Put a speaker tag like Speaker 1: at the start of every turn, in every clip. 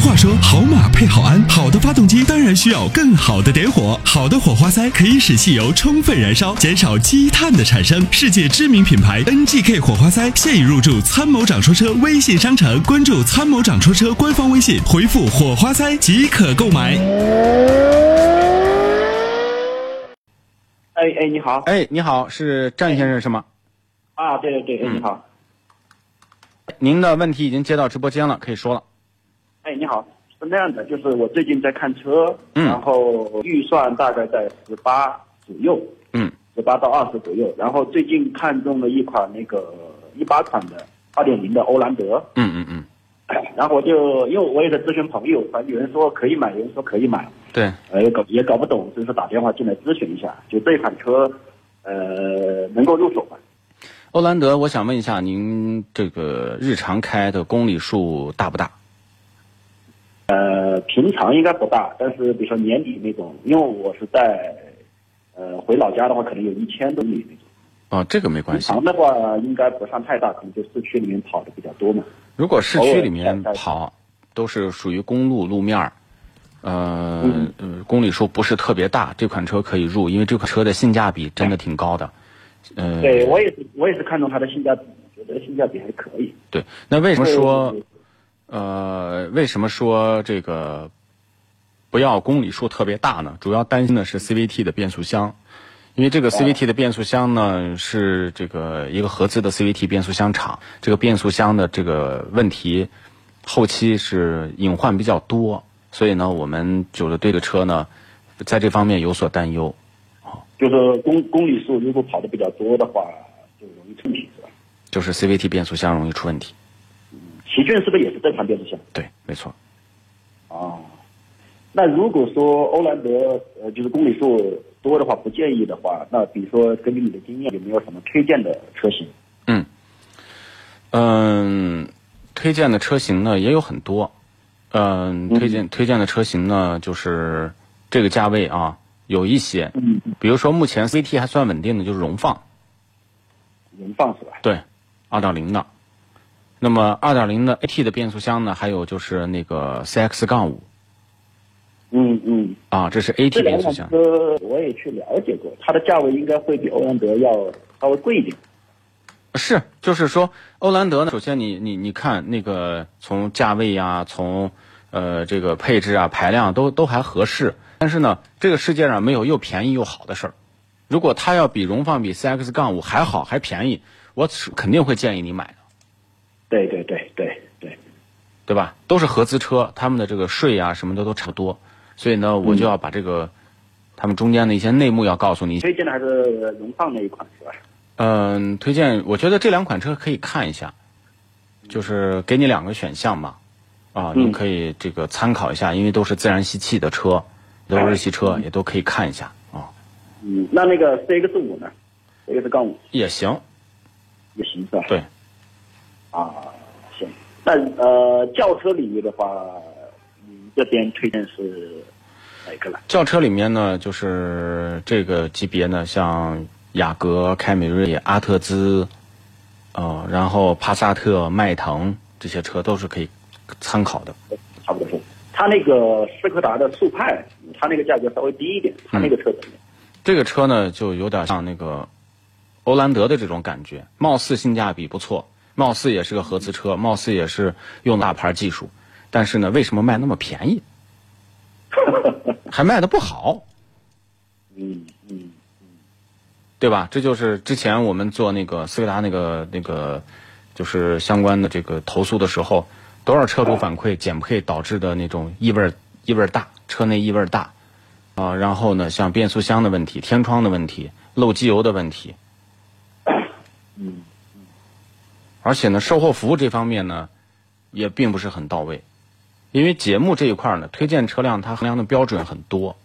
Speaker 1: 话说，好马配好鞍，好的发动机当然需要更好的点火。好的火花塞可以使汽油充分燃烧，减少积碳的产生。世界知名品牌 NGK 火花塞现已入驻参谋长说车微信商城，关注参谋长说车官方微信，回复“火花塞”即可购买。
Speaker 2: 哎哎，你好
Speaker 3: 哎，你好，是战先生是吗？
Speaker 2: 啊，对对
Speaker 3: 嗯
Speaker 2: 对，哎你好，
Speaker 3: 您的问题已经接到直播间了，可以说了。
Speaker 2: 哎你好，是那样的，就是我最近在看车，
Speaker 3: 嗯
Speaker 2: 然后预算大概在十八左右，
Speaker 3: 嗯，
Speaker 2: 十八到二十左右，然后最近看中了一款那个一八款的二点零的欧蓝德，哎
Speaker 3: 嗯嗯嗯，
Speaker 2: 然后我就因为我也在咨询朋友，反正有人说可以买，有人说可以买，
Speaker 3: 对，
Speaker 2: 呃，也搞也搞不懂，所以说打电话进来咨询一下，就这款车，呃，能够入手吗？
Speaker 3: 欧蓝德，我想问一下，您这个日常开的公里数大不大？
Speaker 2: 呃，平常应该不大，但是比如说年底那种，因为我是在呃回老家的话，可能有一千多米那种。
Speaker 3: 哦，这个没
Speaker 2: 平
Speaker 3: 关系。
Speaker 2: 常的话应该不算太大，可能就市区里面跑的比较多嘛。
Speaker 3: 如果市区里面
Speaker 2: 偶尔
Speaker 3: 跑，都是属于公路路面儿，呃、
Speaker 2: 嗯
Speaker 3: 呃，公里数不是特别大，这款车可以入，因为这款车的性价比真的挺高的。呃，
Speaker 2: 对我也是，我也是看中它的性价比，觉得性价比还可以。
Speaker 3: 对那为什么说
Speaker 2: 对
Speaker 3: 呃，为什么说这个不要公里数特别大呢？主要担心的是 CVT 的变速箱，因为这个
Speaker 2: 哦
Speaker 3: CVT 的变速箱呢是这个一个合资的 CVT 变速箱厂，这个变速箱的这个问题后期是隐患比较多，所以呢，我们觉得对这个车呢，在这方面有所担忧。
Speaker 2: 就是公公里数如果跑的比较多的话，就容易出问题是吧？
Speaker 3: 就是 CVT 变速箱容易出问题，
Speaker 2: 奇骏是不是也是正常变速箱？
Speaker 3: 对，没错。
Speaker 2: 哦，那如果说欧蓝德呃就是公里数多的话，不介意的话，那比如说根据你的经验，有没有什么推荐的车型？
Speaker 3: 嗯，推荐的车型呢也有很多。嗯，推荐推荐的车型呢，就是这个价位啊，有一些，
Speaker 2: 嗯，
Speaker 3: 比如说目前 CT 还算稳定的就是荣放，
Speaker 2: 荣放是吧？
Speaker 3: 对，二点零的。那么二点零的 AT 的变速箱呢，还有就是那个 CX 杠五
Speaker 2: 嗯嗯，
Speaker 3: 啊，这是
Speaker 2: 这
Speaker 3: AT
Speaker 2: 两
Speaker 3: 变速
Speaker 2: 款
Speaker 3: 箱。
Speaker 2: 车我也去了解过，它的价位应该会比欧蓝德要稍微贵一点。
Speaker 3: 是，就是说欧蓝德呢，首先你你你看那个从价位啊，从呃这个配置啊、排量都都还合适，但是呢，这个世界上没有又便宜又好的事儿。如果它要比荣放、比 CX 杠五还好还便宜，我是肯定会建议你买的，
Speaker 2: 对对对对对，
Speaker 3: 对吧？都是合资车，他们的这个税啊什么的都差不多，所以呢，我就要把这个、他们中间的一些内幕要告诉你。
Speaker 2: 推荐的还是荣放那一款是吧？
Speaker 3: 嗯，推荐我觉得这两款车可以看一下，就是给你两个选项嘛，啊，
Speaker 2: 嗯
Speaker 3: 你可以这个参考一下，因为都是自然吸气的车，都是日系车，也都可以看一下啊，
Speaker 2: 嗯，那那个 CX 五呢？CX 杠五
Speaker 3: 也行。
Speaker 2: 也行是吧？
Speaker 3: 对，
Speaker 2: 啊，行。那呃，轿车领域的话，你这边推荐是哪个了？
Speaker 3: 轿车里面呢，就是这个级别呢，像雅阁、凯美瑞、阿特兹，呃，然后帕萨特、迈腾这些车都是可以参考的。
Speaker 2: 差不多是。它那个斯柯达的速派，它那个价格稍微低一点，它那个车怎么样？
Speaker 3: 这个车呢，就有点像那个欧蓝德的这种感觉，貌似性价比不错，貌似也是个合资车，貌似也是用大牌技术，但是呢，为什么卖那么便宜，还卖的不好，
Speaker 2: 嗯嗯
Speaker 3: 对吧？这就是之前我们做那个斯柯达那个那个，就是相关的这个投诉的时候，多少车主反馈减配导致的那种异味儿异味儿大，车内异味儿大啊、然后呢，像变速箱的问题、天窗的问题、漏机油的问题，
Speaker 2: 嗯，
Speaker 3: 而且呢，售后服务这方面呢，也并不是很到位，因为节目这一块呢，推荐车辆它衡量的标准很多。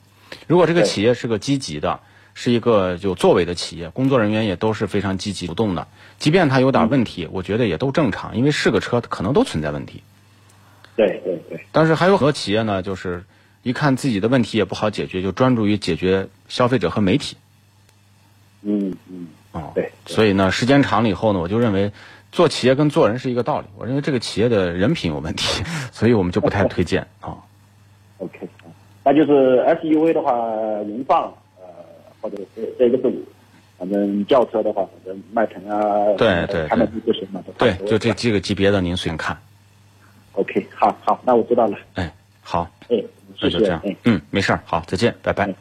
Speaker 3: 如果这个
Speaker 2: 对
Speaker 3: 企业是个积极的，是一个有作为的企业，工作人员也都是非常积极主动的，即便它
Speaker 2: 嗯
Speaker 3: 有点问题，我觉得也都正常，因为是个车可能都存在问题。
Speaker 2: 对对对，
Speaker 3: 但是还有很多企业呢，就是一看自己的问题也不好解决，就专注于解决消费者和媒体。啊
Speaker 2: 嗯嗯嗯
Speaker 3: 哦，
Speaker 2: 对对
Speaker 3: 所以呢，时间长了以后呢，我就认为做企业跟做人是一个道理。我认为这个企业的人品有问题， 所以我们就不太推荐啊。
Speaker 2: OK，那就是 SUV 的话，荣放呃或者这这个是五，反正轿车的话，反正迈腾啊，
Speaker 3: 对对
Speaker 2: 凯美瑞就行了。都差
Speaker 3: 对
Speaker 2: 不，多
Speaker 3: 就这几个级别的您随便看。
Speaker 2: OK，好好，那我知道了。
Speaker 3: 哎，好，
Speaker 2: 哎，谢
Speaker 3: 那就
Speaker 2: 谢，
Speaker 3: 这样嗯
Speaker 2: 哎，。
Speaker 3: 嗯，没事儿，好，再见，拜拜。
Speaker 2: 哎。